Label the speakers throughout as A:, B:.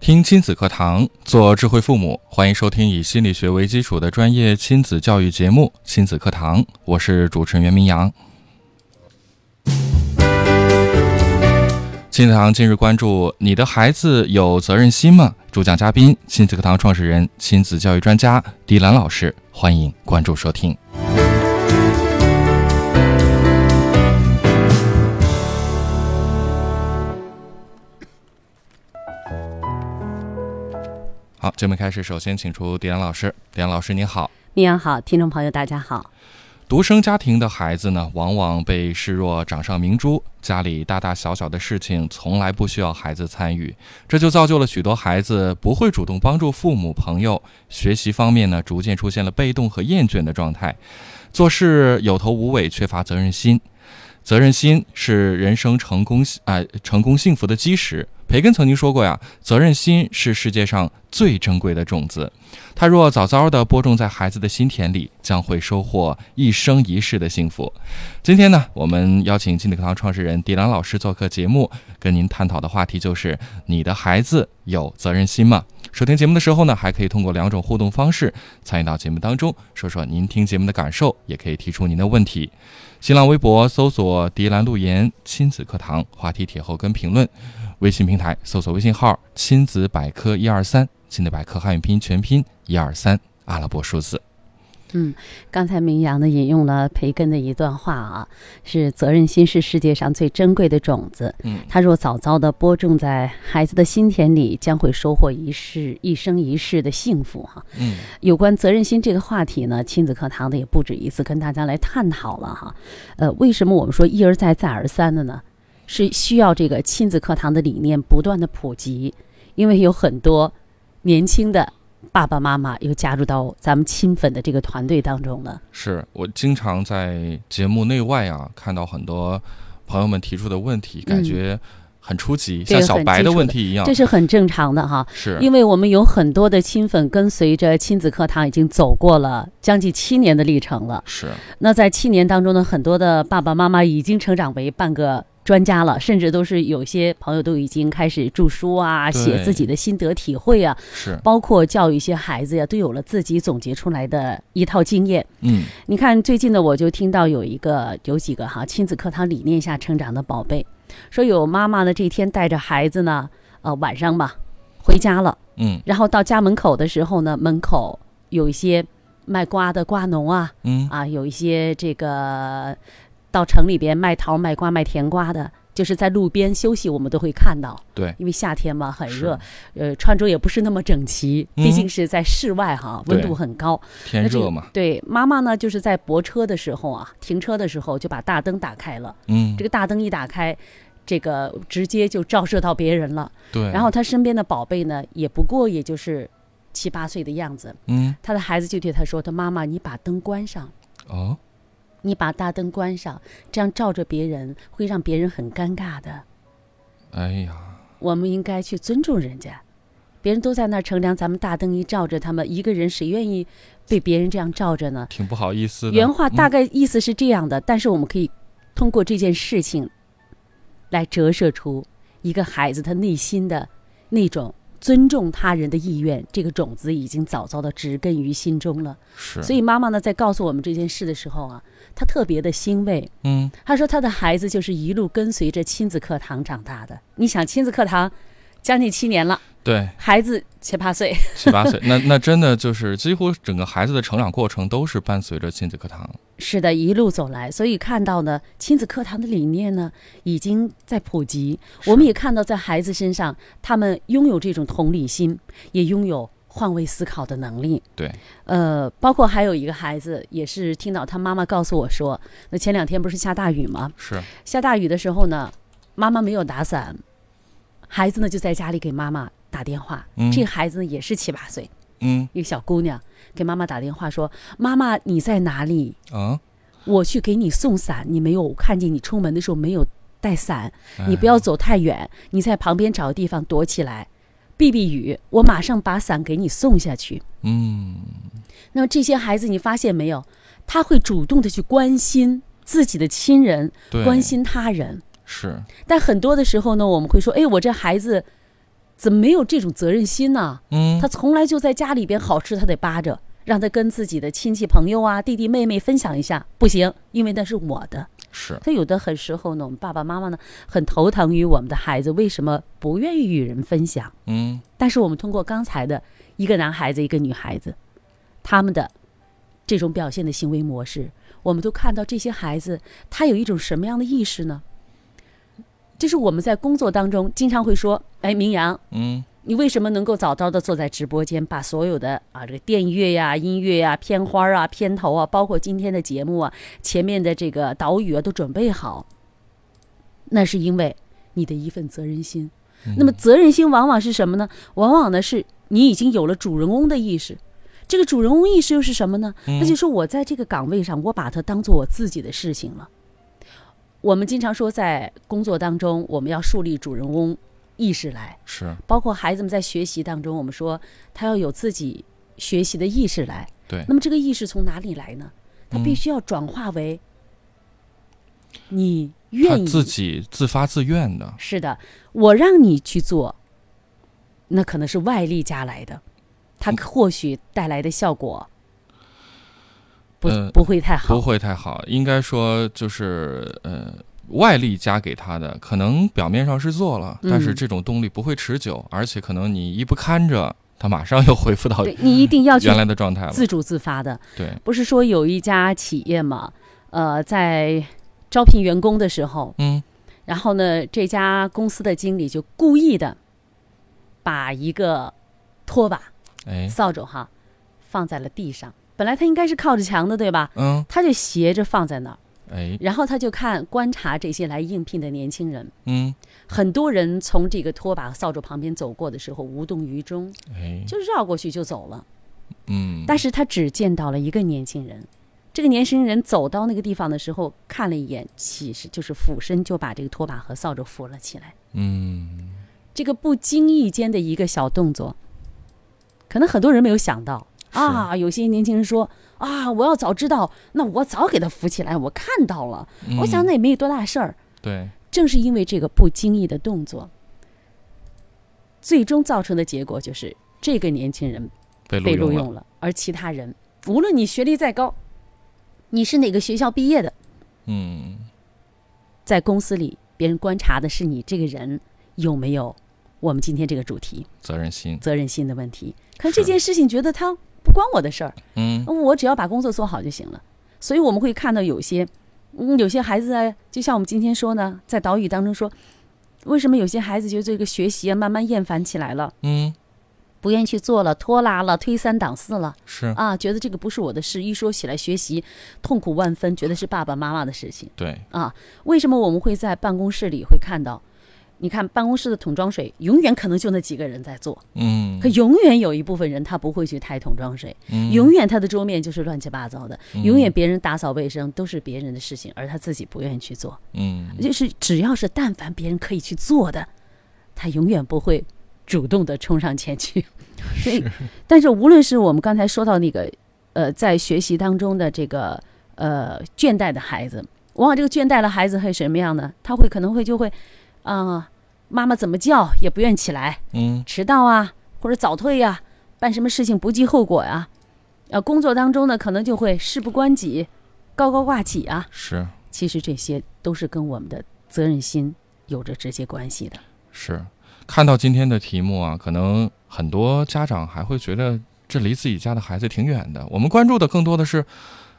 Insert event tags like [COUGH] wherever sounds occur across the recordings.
A: 听亲子课堂，做智慧父母，欢迎收听以心理学为基础的专业亲子教育节目《亲子课堂》，我是主持人袁明阳。亲子课堂近日关注：你的孩子有责任心吗？主讲嘉宾：亲子课堂创始人、亲子教育专家迪兰老师，欢迎关注收听。好，节目开始，首先请出迪兰老师。迪兰老师，您好。
B: 米阳好，听众朋友大家好。
A: 独生家庭的孩子呢，往往被视若掌上明珠，家里大大小小的事情从来不需要孩子参与，这就造就了许多孩子不会主动帮助父母、朋友，学习方面呢，逐渐出现了被动和厌倦的状态，做事有头无尾，缺乏责任心。责任心是人生成功啊、呃成功幸福的基石。培根曾经说过呀，责任心是世界上最珍贵的种子，它若早早地播种在孩子的心田里，将会收获一生一世的幸福。今天呢，我们邀请亲子课堂创始人迪兰老师做客节目，跟您探讨的话题就是：你的孩子有责任心吗？收听节目的时候呢，还可以通过两种互动方式参与到节目当中，说说您听节目的感受，也可以提出您的问题。新浪微博搜索“迪兰路言亲子课堂”话题帖后跟评论，微信平台搜索微信号“亲子百科一二三”，亲子百科汉语拼音全拼一二三阿拉伯数字。
B: 刚才明阳呢引用了培根的一段话啊，是责任心是世界上最珍贵的种子，
A: 嗯
B: 它若早早地播种在孩子的心田里，将会收获一世一生一世的幸福哈、
A: 嗯
B: 有关责任心这个话题呢，亲子课堂的也不止一次跟大家来探讨了哈。呃，为什么我们说一而再再而三的呢？是需要这个亲子课堂的理念不断的普及，因为有很多年轻的爸爸妈妈又加入到咱们亲粉的这个团队当中了。
A: 是我经常在节目内外啊看到很多朋友们提出的问题，感觉很初级，像
B: 这个
A: 小
B: 嗯很
A: 白
B: 基
A: 的
B: 础
A: 问
B: 的
A: 题一样
B: 这。是很正常的哈，
A: 啊是，
B: 因为我们有很多的亲粉跟随着亲子课堂已经走过了将近七年的历程了。
A: 是，
B: 那在七年当中呢，很多的爸爸妈妈已经成长为半个专家了，甚至都是有些朋友都已经开始著书啊，
A: 对
B: 写自己的心得体会啊，
A: 是，
B: 包括教育一些孩子呀、都有了自己总结出来的一套经验。
A: 嗯，
B: 你看，最近呢，我就听到有一个有几个哈亲子课堂理念下成长的宝贝，说有妈妈呢这天带着孩子呢，呃晚上吧回家了，
A: 嗯，
B: 然后到家门口的时候呢，门口有一些卖瓜的瓜农啊，
A: 嗯，
B: 啊，有一些这个到城里边卖桃、卖瓜、卖甜瓜的，就是在路边休息，我们都会看到。
A: 对，
B: 因为夏天嘛，很
A: 是
B: 热，呃，穿着也不是那么整齐，
A: 嗯
B: 毕竟是在室外哈，温
A: 对
B: 度很高。
A: 天
B: 那这
A: 热
B: 个
A: 嘛，
B: 对，妈妈呢，就是在泊车的时候啊，停车的时候就把大灯打开了，
A: 嗯
B: 这，个大灯一打开。这个直接就照射到别人了，
A: 对，
B: 然后他身边的宝贝呢，也不过也就是七八岁的样子，
A: 嗯，
B: 他的孩子就对他说：“他妈妈，你把灯关上。”
A: 哦，
B: 你把大灯关上，这样照着别人会让别人很尴尬的。
A: 哎呀，
B: 我们应该去尊重人家，别人都在那儿乘凉，咱们大灯一照着他们，一个人谁愿意被别人这样照着呢？
A: 挺不好意思的。
B: 原话大
A: 嗯
B: 概意思是这样的，但是我们可以通过这件事情来折射出一个孩子他内心的那种尊重他人的意愿，这个种子已经早早的植根于心中了。
A: 是，
B: 所以妈妈呢，在告诉我们这件事的时候啊，她特别的欣慰。
A: 嗯，
B: 他说他的孩子就是一路跟随着亲子课堂长大的。你想，亲子课堂将近七年了，
A: 对，
B: 孩子七八岁，
A: 七八岁，那那真的就是几乎整个孩子的成长过程都是伴随着亲子课堂。
B: 是的，一路走来，所以看到呢，亲子课堂的理念呢已经在普及。我们也看到在孩子身上，他们拥有这种同理心，也拥有换位思考的能力。
A: 对，
B: 呃，包括还有一个孩子，也是听到他妈妈告诉我说，那前两天不是下大雨吗？
A: 是，
B: 下大雨的时候呢，妈妈没有打伞，孩子呢就在家里给妈妈打电话。
A: 嗯
B: 这个孩子呢也是七八岁，
A: 嗯
B: 一个小姑娘给妈妈打电话说：“妈妈，你在哪里？
A: 啊，
B: 我去给你送伞，你没有我看见你出门的时候没有带伞，
A: 哎
B: 你不要走太远，你在旁边找个地方躲起来，避避雨。我马上把伞给你送下去。
A: 哎嗯，
B: 那么这些孩子，你发现没有，他会主动的去关心自己的亲人，
A: 对，
B: 关心他人。
A: 是，
B: 但很多的时候呢，我们会说：哎，我这孩子怎么没有这种责任心呢、
A: 嗯，
B: 他从来就在家里边好吃他得扒着，让他跟自己的亲戚朋友啊、弟弟妹妹分享一下，不行，因为那是我的。
A: 是，
B: 他有的很时候呢，我们爸爸妈妈呢很头疼于我们的孩子为什么不愿意与人分享，
A: 嗯，
B: 但是我们通过刚才的一个男孩子一个女孩子，他们的这种表现的行为模式，我们都看到这些孩子他有一种什么样的意识呢？这是我们在工作当中经常会说，哎，明阳，
A: 嗯，
B: 你为什么能够早早的坐在直播间，把所有的啊这个电乐呀、音乐呀、片花啊、片头啊，包括今天的节目啊、前面的这个导语啊都准备好？那是因为你的一份责任心。那么责任心往往是什么呢？往往呢是你已经有了主人翁的意识。这个主人翁意识又是什么呢？
A: 嗯
B: 那就是我在这个岗位上，我把它当做我自己的事情了。我们经常说，在工作当中，我们要树立主人翁意识来。
A: 是，
B: 包括孩子们在学习当中，我们说他要有自己学习的意识来。
A: 对
B: 那么这个意识从哪里来呢？他必
A: 嗯
B: 须要转化为你
A: 他
B: 愿意。
A: 自己自发自愿的，
B: 是的，我让你去做，那可能是外力加来的，
A: 嗯
B: 它或许带来的效果不、
A: 呃
B: 不会太好。
A: 不会太好，应该说就是呃。外力加给他的，可能表面上是做了，但是
B: 嗯
A: 这种动力不会持久，而且可能你一不看着，他马上又恢复到
B: 对你一定要去
A: 原来的状态了。
B: 自主自发的。
A: 对，
B: 不是说有一家企业嘛，呃，在招聘员工的时候，
A: 嗯
B: 然后呢，这家公司的经理就故意的把一个拖把、
A: 哎，
B: 扫帚哈放在了地上。本来他应该是靠着墙的，对吧？
A: 嗯，
B: 他就斜着放在那儿，
A: 哎，
B: 然后他就看观察这些来应聘的年轻人。
A: 嗯，
B: 很多人从这个拖把、扫帚旁边走过的时候无动于衷，
A: 哎，
B: 就绕过去就走了。
A: 嗯，
B: 但是他只见到了一个年轻人。这个年轻人走到那个地方的时候，看了一眼，起身就是俯身就把这个拖把和扫帚扶了起来。
A: 嗯，
B: 这个不经意间的一个小动作，可能很多人没有想到啊。有些年轻人说啊，我要早知道，那我早给他扶起来，我看到了，我想
A: 嗯
B: 那也没有多大事儿。
A: 对，
B: 正是因为这个不经意的动作，最终造成的结果就是这个年轻人
A: 被录
B: 被录
A: 用了，
B: 用了，而其他人，无论你学历再高，你是哪个学校毕业的，
A: 嗯，
B: 在公司里别人观察的是你这个人有没有我们今天这个主题。
A: 责任心，
B: 责任心的问题。可是
A: 是
B: 这件事情觉得它不关我的事儿，
A: 嗯
B: 我只要把工作做好就行了。所以我们会看到有些，嗯，有些孩子在，就像我们今天说呢，在岛屿当中说，为什么有些孩子就这个学习啊慢慢厌烦起来了，
A: 嗯，
B: 不愿意去做了，拖拉了，推三挡四了
A: 是
B: 啊，觉得这个不是我的事，一说起来学习痛苦万分，觉得是爸爸妈妈的事情。
A: 对，
B: 啊，为什么我们会在办公室里会看到？你看办公室的桶装水，永远可能就那几个人在做，
A: 嗯
B: 可，永远有一部分人他不会去抬桶装水，
A: 嗯
B: 永远他的桌面就是乱七八糟的，
A: 嗯
B: 永远别人打扫卫生都是别人的事情，而他自己不愿意去做。
A: 嗯，
B: 就是只要是但凡别人可以去做的，他永远不会主动的冲上前
A: [LAUGHS]
B: 去。所以，但是无论是我们刚才说到那个呃，在学习当中的这个呃倦怠的孩子，往往这个倦怠的孩子会什么样呢？他会可能会就会，啊、妈妈怎么叫也不愿起来，
A: 嗯
B: 迟到啊，或者早退呀、办什么事情不计后果呀、呃，工作当中呢，可能就会事不关己，高高挂起啊。
A: 是
B: 其实这些都是跟我们的责任心有着直接关系的。
A: 是，看到今天的题目啊，可能很多家长还会觉得这离自己家的孩子挺远的，我们关注的更多的是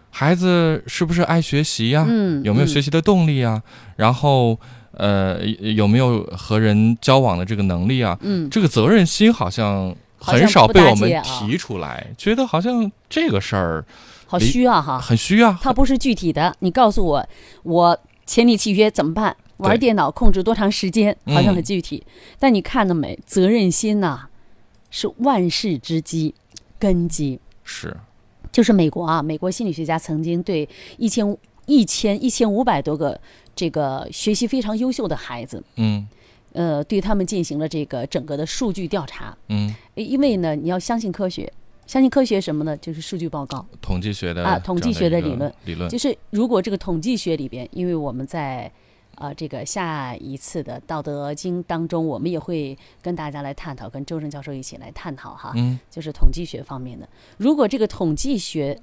A: 孩子是不是爱学习呀、
B: 嗯
A: 啊有没有学？习的动力啊？然后，呃，有没有和人交往的这个能力啊？
B: 嗯，嗯
A: 这个责任心好像
B: 好像
A: 很少
B: 不
A: 被
B: 搭
A: 我
B: 界
A: 们
B: 啊
A: 提出来，觉得好像这个事儿
B: 好虚啊哈，
A: 很需要。
B: 它不是具体的。你告诉我，我签订契约怎么办？玩
A: 对
B: 电脑控制多长时间？
A: 嗯
B: 好像很具体，但你看到没？责任心呐、是万事之基，根基。
A: 是，
B: 就是美国啊，美国心理学家曾经对一千一千一千五百多个这个学习非常优秀的孩子，
A: 嗯
B: 呃，对他们进行了这个整个的数据调查。
A: 嗯，
B: 诶因为呢，你要相信科学，相信科学什么呢？就是数据报告。
A: 统计学的
B: 啊统计
A: 这样
B: 学的
A: 一个
B: 理论
A: 理论，
B: 就是如果这个统计学里边，因为我们在啊、呃这个下一次的《道德经》当中，我们也会跟大家来探讨，跟周正教授一起来探讨哈，
A: 嗯
B: 就是统计学方面的。如果这个统计学，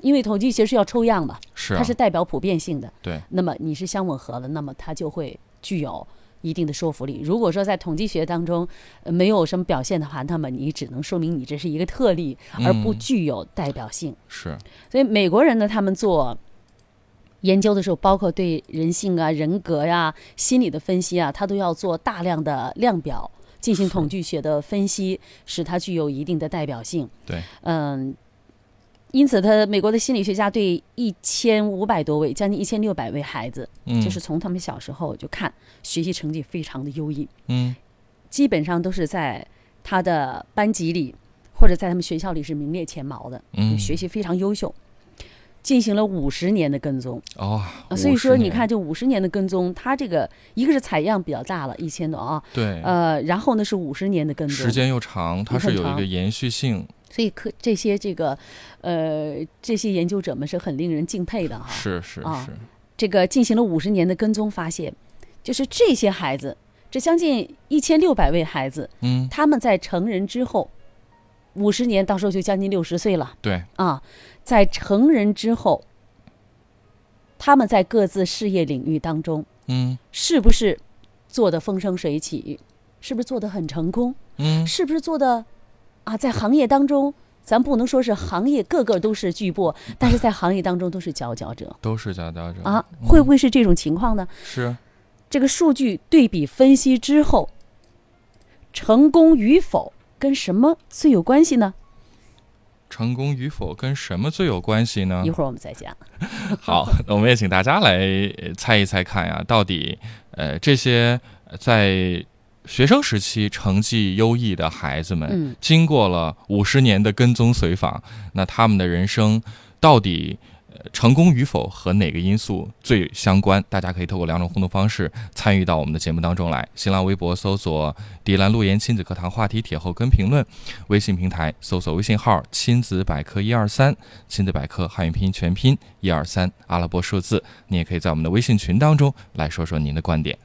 B: 因为统计学是要抽样嘛，
A: 是啊
B: 它是代表普遍性的，
A: 对，
B: 那么你是相吻合了，那么它就会具有。一定的说服力。如果说在统计学当中呃没有什么表现的话，那么你只能说明你这是一个特例，而不
A: 嗯
B: 具有代表性。
A: 是
B: 所以美国人呢，他们做研究的时候，包括对人性啊、人格呀、心理的分析啊，他都要做大量的量表进行
A: 是
B: 统计学的分析，使它具有一定的代表性。
A: 对，
B: 嗯。因此，他美国的心理学家对一千五百多位，将近一千六百位孩子，
A: 嗯
B: 就是从他们小时候就看学习成绩非常的优异，
A: 嗯
B: 基本上都是在他的班级里或者在他们学校里是名列前茅的。
A: 嗯
B: 学习非常优秀，进行了五十年的跟踪
A: 哦，
B: 啊。所以说，
A: 50
B: 你
A: 年
B: 看这五十年的跟踪，它这个一个是采样比较大了，一千多啊，
A: 对
B: 呃，然后呢是五十年的跟踪
A: 时，间又长，它
B: 也
A: 是
B: 很
A: 有一
B: 长
A: 个延续性，
B: 所以可这些这个呃这些研究者们是很令人敬佩的哈、
A: 是是
B: 啊
A: 是，
B: 这个进行了五十年的跟踪，发现就是这些孩子，这将近一千六百位孩子，
A: 嗯，
B: 他们在成人之后。五十年，到时候就将近六十岁了。
A: 对，
B: 啊，在成人之后，他们在各自事业领域当中
A: 嗯
B: 是不是做得风生水起？是不是做得很成功？
A: 嗯，
B: 是不是做的啊？在行业当中，咱不能说是行业个个都是巨擘，但是在行业当中都是佼佼者
A: 都是佼佼者
B: 啊，
A: 嗯
B: 会不会是这种情况呢？
A: 是
B: 这个数据对比分析之后，成功与否跟什么最有关系呢？
A: 成功与否跟什么最有关系呢
B: 一？会儿我们再讲。
A: [LAUGHS] 好，那我们也请大家来呃猜一猜看呀，到底呃这些呃在学生时期成绩优异的孩子们，
B: 嗯
A: 经过了五十年的跟踪随访，那他们的人生到底？呃成功与否和哪个因素最相关？大家可以透过两种互动方式参与到我们的节目当中来。新浪微博搜索“迪兰路言亲子课堂”话题帖后跟评论，微信平台搜索微信号“亲子百科一二三”，亲子百科汉语拼音全拼一二三阿拉伯数字。你也可以在我们的微信群当中来说说您的观点。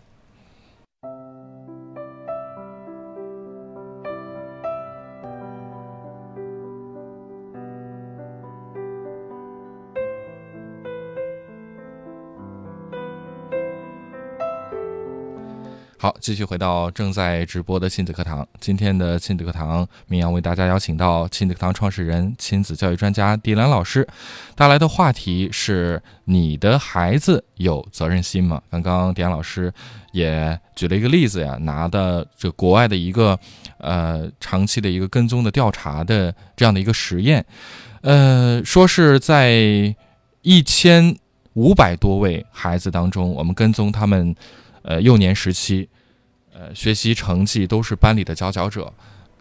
A: 好，继续回到正在直播的亲子课堂。今天的亲子课堂，明阳为大家邀请到亲子课堂创始人、亲子教育专家迪兰老师，带来的话题是：你的孩子有责任心吗？刚刚迪兰老师也举了一个例子呀，拿的这国外的一个呃长期的一个跟踪的调查的这样的一个实验，呃，说是在一千五百多位孩子当中，我们跟踪他们。呃幼年时期，呃学习成绩都是班里的佼佼者，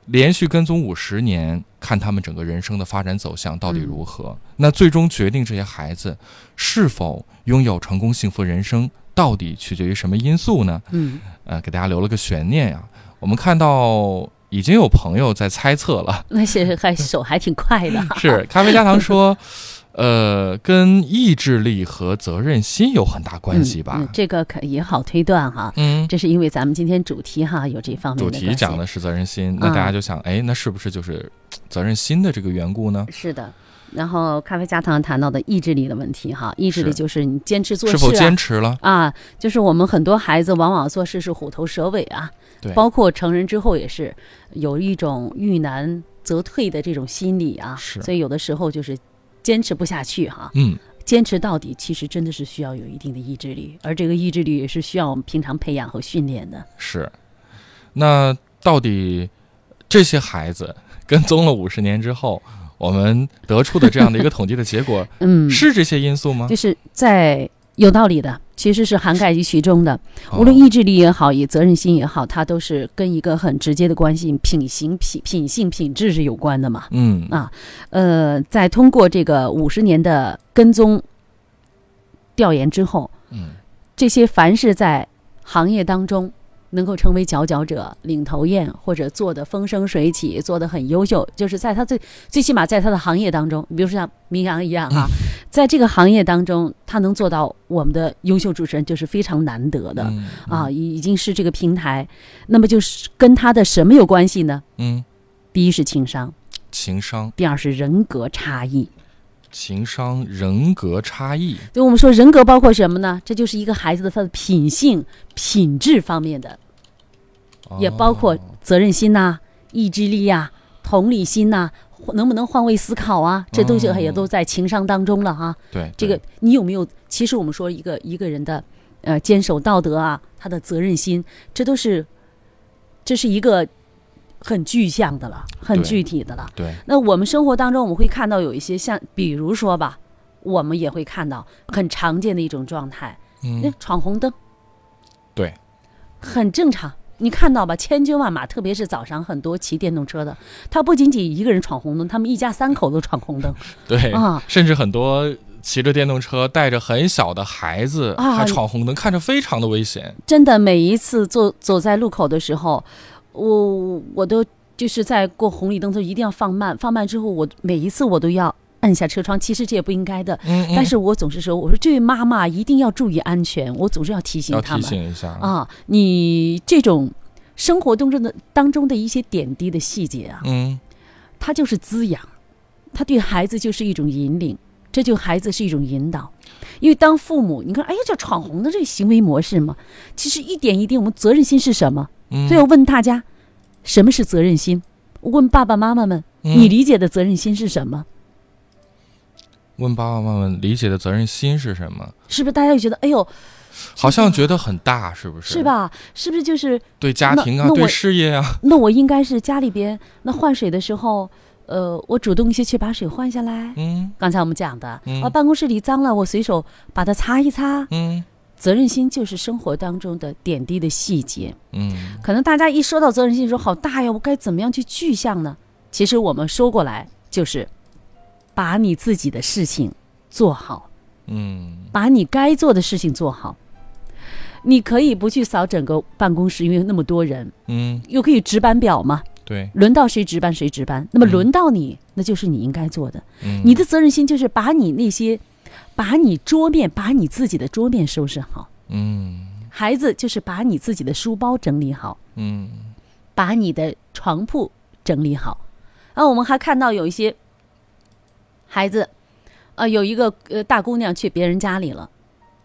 A: 连续跟踪五十年，看他们整个人生的发展走向到底如何，那最终决定这些孩子是否拥有成功幸福人生，到底取决于什么因素呢？
B: 嗯
A: 呃，给大家留了个悬念呀、我们看到已经有朋友在猜测
B: [LAUGHS]
A: 了。
B: 那些
A: 嗯
B: 还手还挺快的。
A: 是咖啡加糖说，呃，跟意志力和责任心有很大关系吧
B: 嗯嗯？这个可也好推断哈，
A: 嗯，
B: 这是因为咱们今天主题哈有这方面
A: 主
B: 的
A: 题
B: 关
A: 讲
B: 系嗯
A: 的是责任心，那大家就想，哎，那是不是就是责任心的这个缘故呢？
B: 是的。然后咖啡加糖谈到的意志力的问题哈，意志力
A: 是
B: 就是你坚持做事、
A: 是
B: 啊、
A: 否坚持了？
B: 啊，就是我们很多孩子往往做事是虎头蛇尾啊，
A: 对
B: 包括成人之后也是有一种遇难则退的这种心理啊，
A: 是
B: 所以有的时候就是坚持不下去哈、
A: 嗯，
B: 坚持到底其实真的是需要有一定的意志力，而这个意志力也是需要我们平常培养和训练的。
A: 是。那到底这些孩子跟踪了五十年之后，我们得出的这样的一个统计的结果，
B: 嗯，
A: 是这些因素吗？
B: 就是在有道理的，其实是涵盖于其中的。
A: 哦
B: 无论意志力也好，也责任心也好，它都是跟一个很直接的关系，品行、品品性、品质是有关的嘛。
A: 嗯
B: 啊呃，在通过这个五十年的跟踪调研之后，
A: 嗯，
B: 这些凡是在行业当中能够成为佼佼者、领头雁，或者做的风生水起、做的很优秀，就是在他最最起码在他的行业当中，比如说像明阳一样啊，
A: 嗯
B: 在这个行业当中，他能做到我们的优秀主持人，就是非常难得的。
A: 嗯
B: 啊，，已已经是这个平台，那么就是跟他的什么有关系呢？
A: 嗯，
B: 第一是情商，
A: 情商、
B: 第二是人格差异。
A: 情商、人格差异，
B: 对我们说，人格包括什么呢？这就是一个孩子的他的品性、品质方面的，也包括
A: 哦
B: 责任心呐、意志力呀、同理心呐、能不能换位思考啊？这都是
A: 哦
B: 也都在情商当中了哈、
A: 对
B: 这个，你有没有？其实我们说一个一个人的，呃，坚守道德啊，他的责任心，这都是，这是一个很具象的了，很
A: 对
B: 具体的了。
A: 对对
B: 那我们生活当中，我们会看到有一些像，比如说吧，我们也会看到很常见的一种状态，那、
A: 嗯
B: 闯红灯，
A: 对，
B: 很正常。你看到吧，千军万马，特别是早上很多骑电动车的，他不仅仅一个人闯红灯，他们一家三口都闯红灯。
A: [LAUGHS] 对
B: 啊
A: 甚至很多骑着电动车带着很小的孩子
B: 啊
A: 还闯红灯，看着非常的危险。
B: 真的每一次走走在路口的时候，我我都就是在过红绿灯的时候一定要放慢，放慢之后我每一次我都要按下车窗，其实这也不应该的，
A: 嗯，嗯
B: 但是我总是说，我说这位妈妈一定要注意安全，我总是要提醒
A: 要
B: 他
A: 提
B: 们
A: 醒一下，
B: 啊，你这种生活当中的当中的一些点滴的细节啊，
A: 嗯，
B: 它就是滋养，它对孩子就是一种引领，这就孩子是一种引导。因为当父母，你看，哎呀，这闯红灯这个行为模式嘛，其实一点一滴，我们责任心是什么？
A: 嗯，
B: 所以我问大家，什么是责任心？我问爸爸妈妈们，
A: 嗯
B: 你理解的责任心是什么？
A: 问爸爸妈妈理解的责任心是什么？
B: 是不是大家会觉得，哎呦，
A: 好像觉得很大，是不是？
B: 是？吧？是不是就是
A: 对家庭啊
B: 那，那
A: 对
B: 我
A: 事业啊，
B: 那我应该是家里边那换水的时候，呃，我主动一些去把水换下来。
A: 嗯
B: 刚才我们讲的，
A: 嗯
B: 啊，办公室里脏了，我随手把它擦一擦。
A: 嗯
B: 责任心就是生活当中的点滴的细节。
A: 嗯，
B: 可能大家一说到责任心，说好大呀，我该怎么样去具象呢？其实我们说过来就是，把你自己的事情做好，
A: 嗯，
B: 把你该做的事情做好。你可以不去扫整个办公室，因为有那么多人，
A: 嗯，
B: 又可以值班表嘛，
A: 对，
B: 轮到谁值班谁值班。那么
A: 嗯
B: 轮到你，那就是你应该做的。
A: 嗯
B: 你的责任心就是把你那些，把你桌面，把你自己的桌面收拾好。
A: 嗯
B: 孩子就是把你自己的书包整理好，
A: 嗯
B: 把你的床铺整理好。啊，我们还看到有一些孩子，啊，有一个呃大姑娘去别人家里了，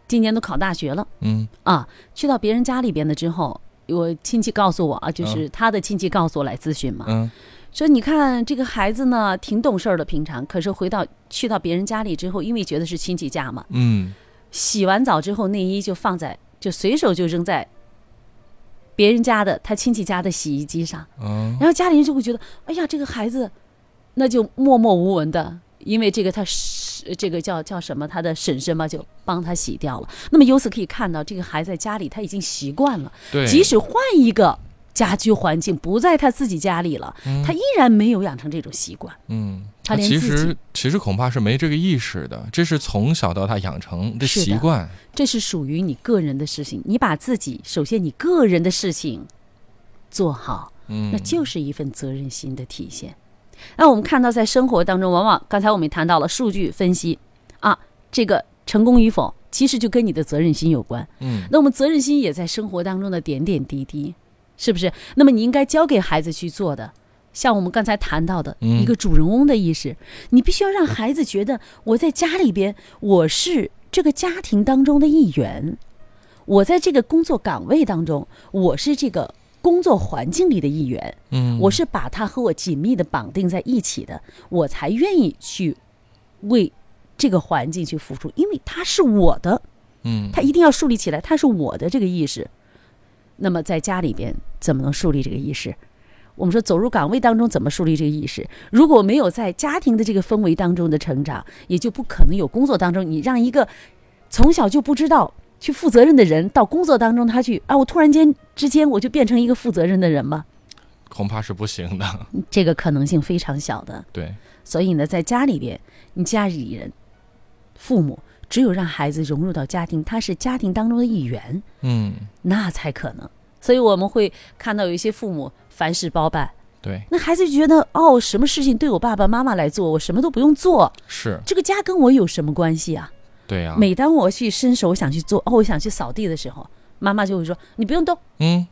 B: 今年都考大学了
A: 嗯
B: 啊，去到别人家里边了之后，我亲戚告诉我啊，就是他的亲戚告诉我来咨询嘛，
A: 嗯
B: 说你看这个孩子呢挺懂事儿的，平常，可是回到去到别人家里之后，因为觉得是亲戚家嘛，
A: 嗯，
B: 洗完澡之后，内衣就放在就随手就扔在别人家的他亲戚家的洗衣机上，
A: 嗯
B: 然后家里人就会觉得，哎呀，这个孩子，那就默默无闻的，因为这个他是这个叫叫什么，他的婶婶嘛就帮他洗掉了。那么由此可以看到，这个孩子在家里他已经习惯了，
A: 对，
B: 即使换一个家居环境，不在他自己家里了，
A: 嗯
B: 他依然没有养成这种习惯。
A: 嗯，
B: 他连
A: 其
B: 自
A: 实
B: 己
A: 其实恐怕是没这个意识的，这是从小到大养成的
B: 是的
A: 习惯。
B: 这是属于你个人的事情，你把自己首先你个人的事情做好，
A: 嗯，
B: 那就是一份责任心的体现。那我们看到，在生活当中，往往刚才我们也谈到了数据分析啊，这个成功与否，其实就跟你的责任心有关。
A: 嗯
B: 那我们责任心也在生活当中的点点滴滴，是不是？那么你应该教给孩子去做的，像我们刚才谈到的
A: 嗯
B: 一个主人翁的意识，你必须要让孩子觉得我在家里边，我是这个家庭当中的一员，我在这个工作岗位当中，我是这个工作环境里的一员，
A: 嗯，
B: 我是把他和我紧密的绑定在一起的，我才愿意去为这个环境去付出，因为他是我的。
A: 嗯
B: 他一定要树立起来，他是我的这个意识。那么在家里边怎么能树立这个意识？我们说走入岗位当中怎么树立这个意识？如果没有在家庭的这个氛围当中的成长，也就不可能有工作当中你让一个从小就不知道去负责任的人，到工作当中他去啊，我突然间之间我就变成一个负责任的人吗？
A: 恐怕是不行的。
B: 这个可能性非常小的。
A: 对，
B: 所以呢，在家里边，你家里人、父母，只有让孩子融入到家庭，他是家庭当中的一员，
A: 嗯，
B: 那才可能。所以我们会看到有一些父母凡事包办，
A: 对，
B: 那孩子就觉得哦，什么事情对我爸爸妈妈来做，我什么都不用做，
A: 是，
B: 这个家跟我有什么关系啊？
A: 对呀、
B: 每当我去伸手想去做，哦，我想去扫地的时候，妈妈就会说：“你不用动，
A: 嗯，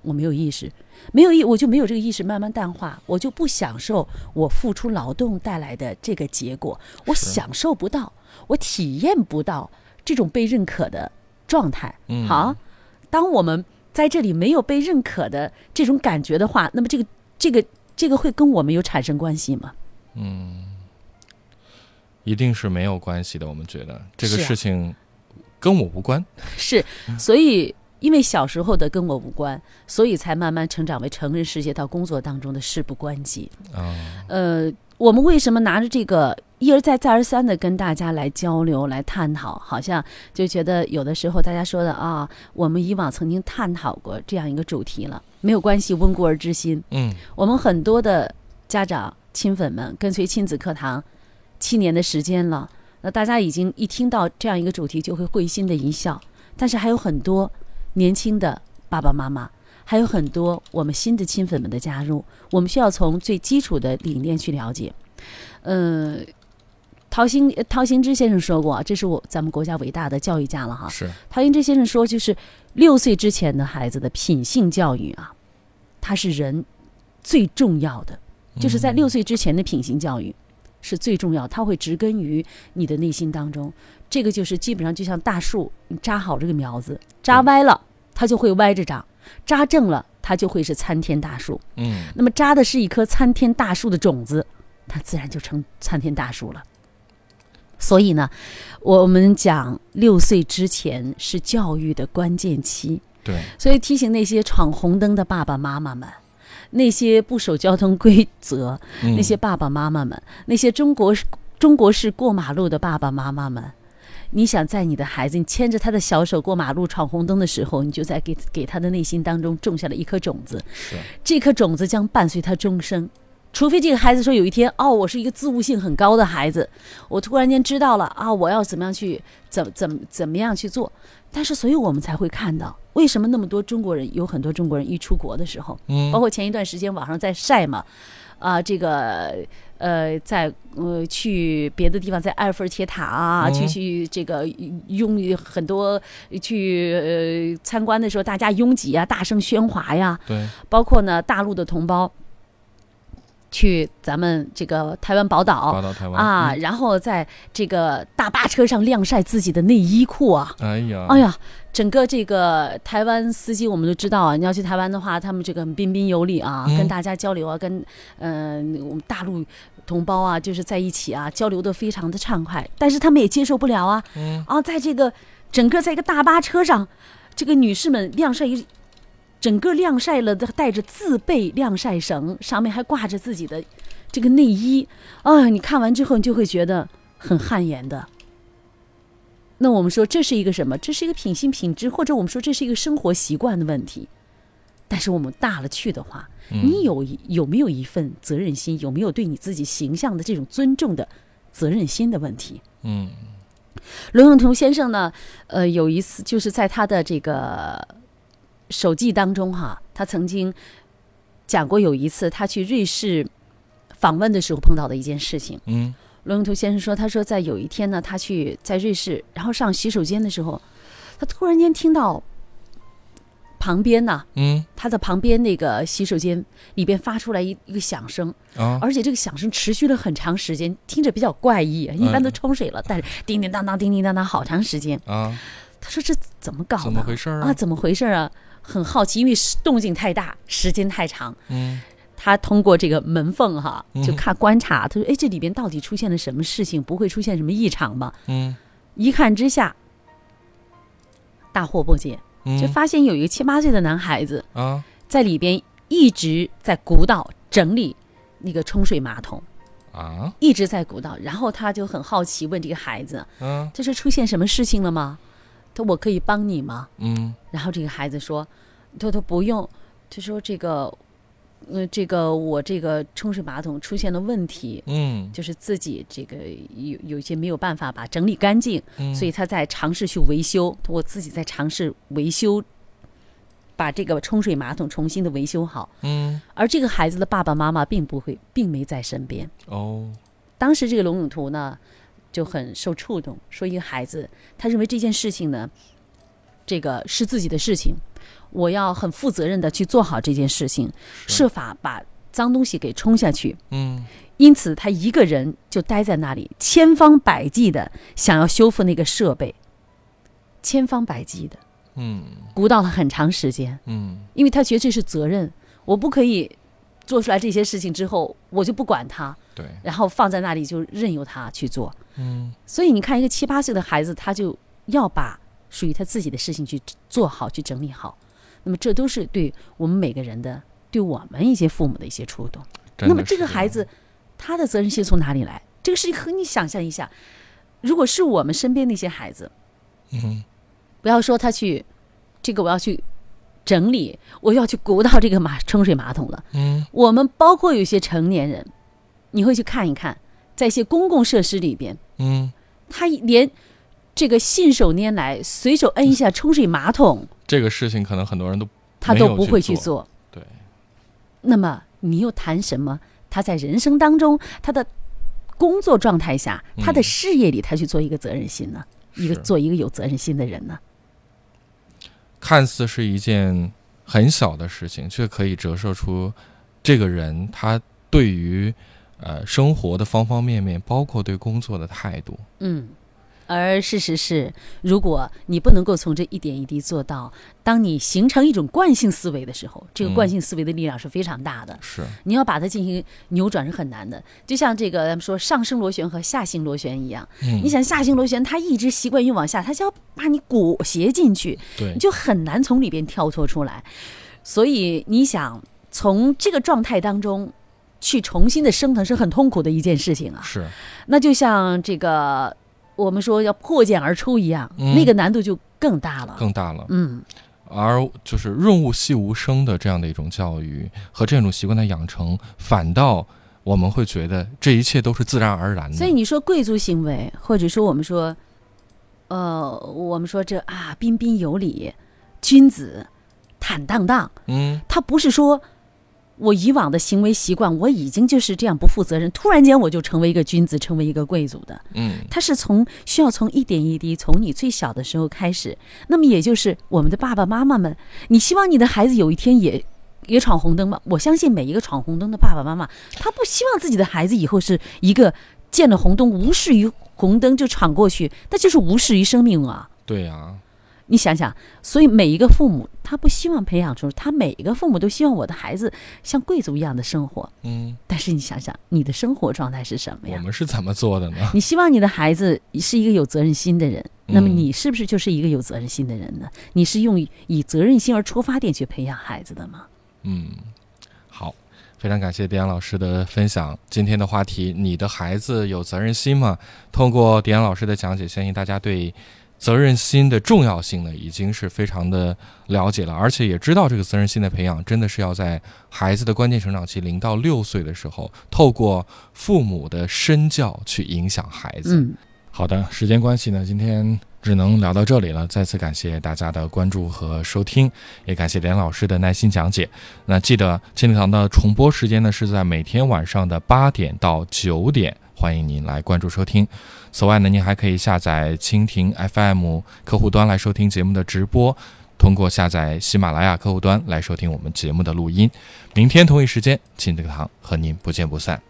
B: 我没有意识，没有意，我就没有这个意识，慢慢淡化，我就不享受我付出劳动带来的这个结果，我
A: 是
B: 享受不到，我体验不到这种被认可的状态。
A: 嗯
B: 好，当我们在这里没有被认可的这种感觉的话，那么这个这个这个会跟我们有产生关系吗？ [LAUGHS]
A: 一定是没有关系的。我们觉得这个
B: 是啊
A: 事情跟我无关。
B: 是，
A: 嗯
B: 所以因为小时候的跟我无关，所以才慢慢成长为成人世界到工作当中的事不关己。
A: 啊，
B: 呃，我们为什么拿着这个一而再再而三的跟大家来交流、来探讨？好像就觉得有的时候大家说的啊，我们以往曾经探讨过这样一个主题了，没有关系，温故而知新。
A: 嗯，
B: 我们很多的家长亲粉们跟随亲子课堂七年的时间了，那大家已经一听到这样一个主题就会会心的一笑，但是还有很多年轻的爸爸妈妈。还有很多我们新的亲粉们的加入，我们需要从最基础的理念去了解。呃，陶行呃陶行知先生说过啊，这是我咱们国家伟大的教育家了哈。
A: 是，
B: 陶行知先生说，就是六岁之前的孩子的品性教育啊，它是人最重要的，就是在六岁之前的品行教育是最重要，它会植根于你的内心当中。这个就是基本上就像大树，你扎好这个苗子，扎歪了它就会歪着长，扎正了它就会是参天大树。
A: 嗯，
B: 那么扎的是一棵参天大树的种子，它自然就成参天大树了。所以呢，我们讲六岁之前是教育的关键期，
A: 对，
B: 所以提醒那些闯红灯的爸爸妈妈们，那些不守交通规则、
A: 嗯
B: 那些爸爸妈妈们，那些中国式中国式过马路的爸爸妈妈们，你想在你的孩子你牵着他的小手过马路闯红灯的时候，你就在给给他的内心当中种下了一颗种子。
A: 是，
B: 这颗种子将伴随他终生。除非这个孩子说有一天，哦，我是一个自悟性很高的孩子，我突然间知道了啊，我要怎么样去，怎怎么怎么样去做。但是，所以我们才会看到，为什么那么多中国人，有很多中国人一出国的时候，
A: 嗯，
B: 包括前一段时间网上在晒嘛，啊、这个呃，在呃去别的地方，在埃菲尔铁塔啊，去
A: 嗯
B: 去这个拥很多去呃参观的时候，大家拥挤啊，大声喧哗呀，
A: 对，
B: 包括呢大陆的同胞去咱们这个台湾宝岛
A: 报道台湾嗯
B: 啊，，然后在这个大巴车上晾晒自己的内衣裤啊。
A: 嗯哎呀，
B: 哎，呀，整个这个台湾司机，我们都知道啊，你要去台湾的话，他们这个彬彬有礼啊，
A: 嗯
B: 跟大家交流啊，跟嗯、我们大陆同胞啊，就是在一起啊，交流的非常的畅快，但是他们也接受不了啊，
A: 嗯，
B: 啊，在这个整个在一个大巴车上，这个女士们晾晒一，整个晾晒了的带着自备晾晒绳，上面还挂着自己的这个内衣，啊，你看完之后你就会觉得很汗颜的。那我们说这是一个什么？这是一个品性品质，或者我们说这是一个生活习惯的问题。但是我们大了去的话，
A: 嗯
B: 你有一有没有一份责任心？有没有对你自己形象的这种尊重的责任心的问题？
A: 嗯，
B: 罗永图先生呢，呃，有一次就是在他的这个手记当中哈，他曾经讲过有一次他去瑞士访问的时候碰到的一件事情。
A: 嗯，
B: 罗永图先生说，他说在有一天呢，他去在瑞士，然后上洗手间的时候，他突然间听到旁边呢，
A: 嗯，
B: 他的旁边那个洗手间里边发出来一一个响声，
A: 啊，
B: 而且这个响声持续了很长时间，听着比较怪异，啊一般都冲水了，但是叮叮当当、叮叮当当好长时间。
A: 啊，
B: 他说这怎么搞的？
A: 怎么回事儿
B: 啊？？怎么回事啊？很好奇，因为时动静太大，时间太长。
A: 嗯，
B: 他通过这个门缝哈，
A: 嗯
B: 就看观察，他说：“哎，这里边到底出现了什么事情？不会出现什么异常吧
A: 嗯，？”
B: 一看之下，大惑不解，
A: 嗯，
B: 就发现有一个七八岁的男孩子
A: 啊，
B: 在里边一直在鼓捣整理那个冲水马桶。
A: 啊，
B: 一直在鼓捣，然后他就很好奇问这个孩子
A: 嗯：“
B: 这是出现什么事情了吗？他我可以帮你吗
A: 嗯？”
B: 然后这个孩子说：“他他不用，他说这个，呃，这个我这个冲水马桶出现了问题，
A: 嗯
B: 就是自己这个有有一些没有办法把整理干净，
A: 嗯，
B: 所以他在尝试去维修，我自己在尝试维修，把这个冲水马桶重新的维修好。
A: 嗯
B: 而这个孩子的爸爸妈妈并不会，并没在身边。
A: 哦
B: 当时这个龙永图呢就很受触动，说一个孩子，他认为这件事情呢，这个是自己的事情，我要很负责任的去做好这件事情，设法把脏东西给冲下去。
A: 嗯
B: 因此，他一个人就待在那里，千方百计的想要修复那个设备，千方百计的
A: 嗯
B: 鼓捣了很长时间，
A: 嗯
B: 因为他觉得这是责任，我不可以做出来这些事情之后，我就不管他，
A: 对
B: 然后放在那里就任由他去做。
A: 嗯
B: 所以你看，一个七八岁的孩子，他就要把属于他自己的事情去做好，去整理好。那么，这都是对我们每个人的，对我们一些父母的一些触动。
A: 真的
B: 那么，这
A: 是
B: 个孩子他的责任心从哪里来？这个事情，和你想象一下，如果是我们身边那些孩子，
A: 嗯
B: 不要说他去，这个我要去整理，我要去鼓捣这个马冲水马桶了。
A: 嗯
B: 我们包括有一些成年人，你会去看一看，在一些公共设施里边。
A: 嗯，
B: 他连这个信手拈来、随手摁一下冲水马桶，
A: 这个事情可能很多人都
B: 他
A: 没
B: 都
A: 有
B: 不
A: 去
B: 会去
A: 做
B: 做。
A: 对，
B: 那么你又谈什么？他在人生当中，他的工作状态下，他的
A: 嗯
B: 事业里，他去做一个责任心呢？一个
A: 是
B: 做一个有责任心的人呢？
A: 看似是一件很小的事情，却可以折射出这个人他对于呃生活的方方面面，包括对工作的态度。
B: 嗯。而事实是，如果你不能够从这一点一滴做到，当你形成一种惯性思维的时候，这个
A: 嗯
B: 惯性思维的力量是非常大的。
A: 是，
B: 你要把它进行扭转是很难的，就像这个咱们说上升螺旋和下行螺旋一样，
A: 嗯
B: 你想下行螺旋，它一直习惯于往下，它就要把你裹挟进去，
A: 对
B: 你，就很难从里边跳脱出来。所以你想从这个状态当中去重新的升腾，是很痛苦的一件事情啊。
A: 是，
B: 那就像这个我们说要破茧而出一样，
A: 嗯
B: 那个难度就更大了。
A: 更大了。
B: 嗯，
A: 而就是润物细无声的这样的一种教育和这种习惯的养成，反倒我们会觉得这一切都是自然而然的。
B: 所以你说贵族行为，或者说我们说，呃，我们说这啊，彬彬有礼，君子，坦荡荡，
A: 嗯，
B: 他不是说我以往的行为习惯，我已经就是这样不负责任，突然间我就成为一个君子，成为一个贵族的。
A: 嗯
B: 他是从需要从一点一滴，从你最小的时候开始。那么也就是我们的爸爸妈妈们，你希望你的孩子有一天也。也闯红灯吗？我相信每一个闯红灯的爸爸妈妈，他不希望自己的孩子以后是一个见了红灯无视于红灯就闯过去，那就是无视于生命啊！
A: 对呀、
B: 你想想，所以每一个父母他不希望培养出，他每一个父母都希望我的孩子像贵族一样的生活。
A: 嗯，
B: 但是你想想，你的生活状态是什么呀
A: 我？们是怎么做的呢？
B: 你希望你的孩子是一个有责任心的人，那么
A: 嗯
B: 你是不是就是一个有责任心的人呢？你是用以责任心而出发点去培养孩子的吗？
A: 嗯，好，非常感谢迪安老师的分享。今天的话题，你的孩子有责任心吗？通过迪安老师的讲解，相信大家对责任心的重要性呢，已经是非常的了解了，而且也知道这个责任心的培养，真的是要在孩子的关键成长期零到六岁的时候，透过父母的身教去影响孩子。
B: 嗯，
A: 好的，时间关系呢，今天只能聊到这里了。再次感谢大家的关注和收听，也感谢连老师的耐心讲解。那记得亲子堂的重播时间呢是在每天晚上的八点到九点，欢迎您来关注收听。此外呢，您还可以下载蜻蜓 FM 客户端来收听节目的直播。通过下载喜马拉雅客户端来收听我们节目的录音，明天同一时间，亲子课堂和您不见不散。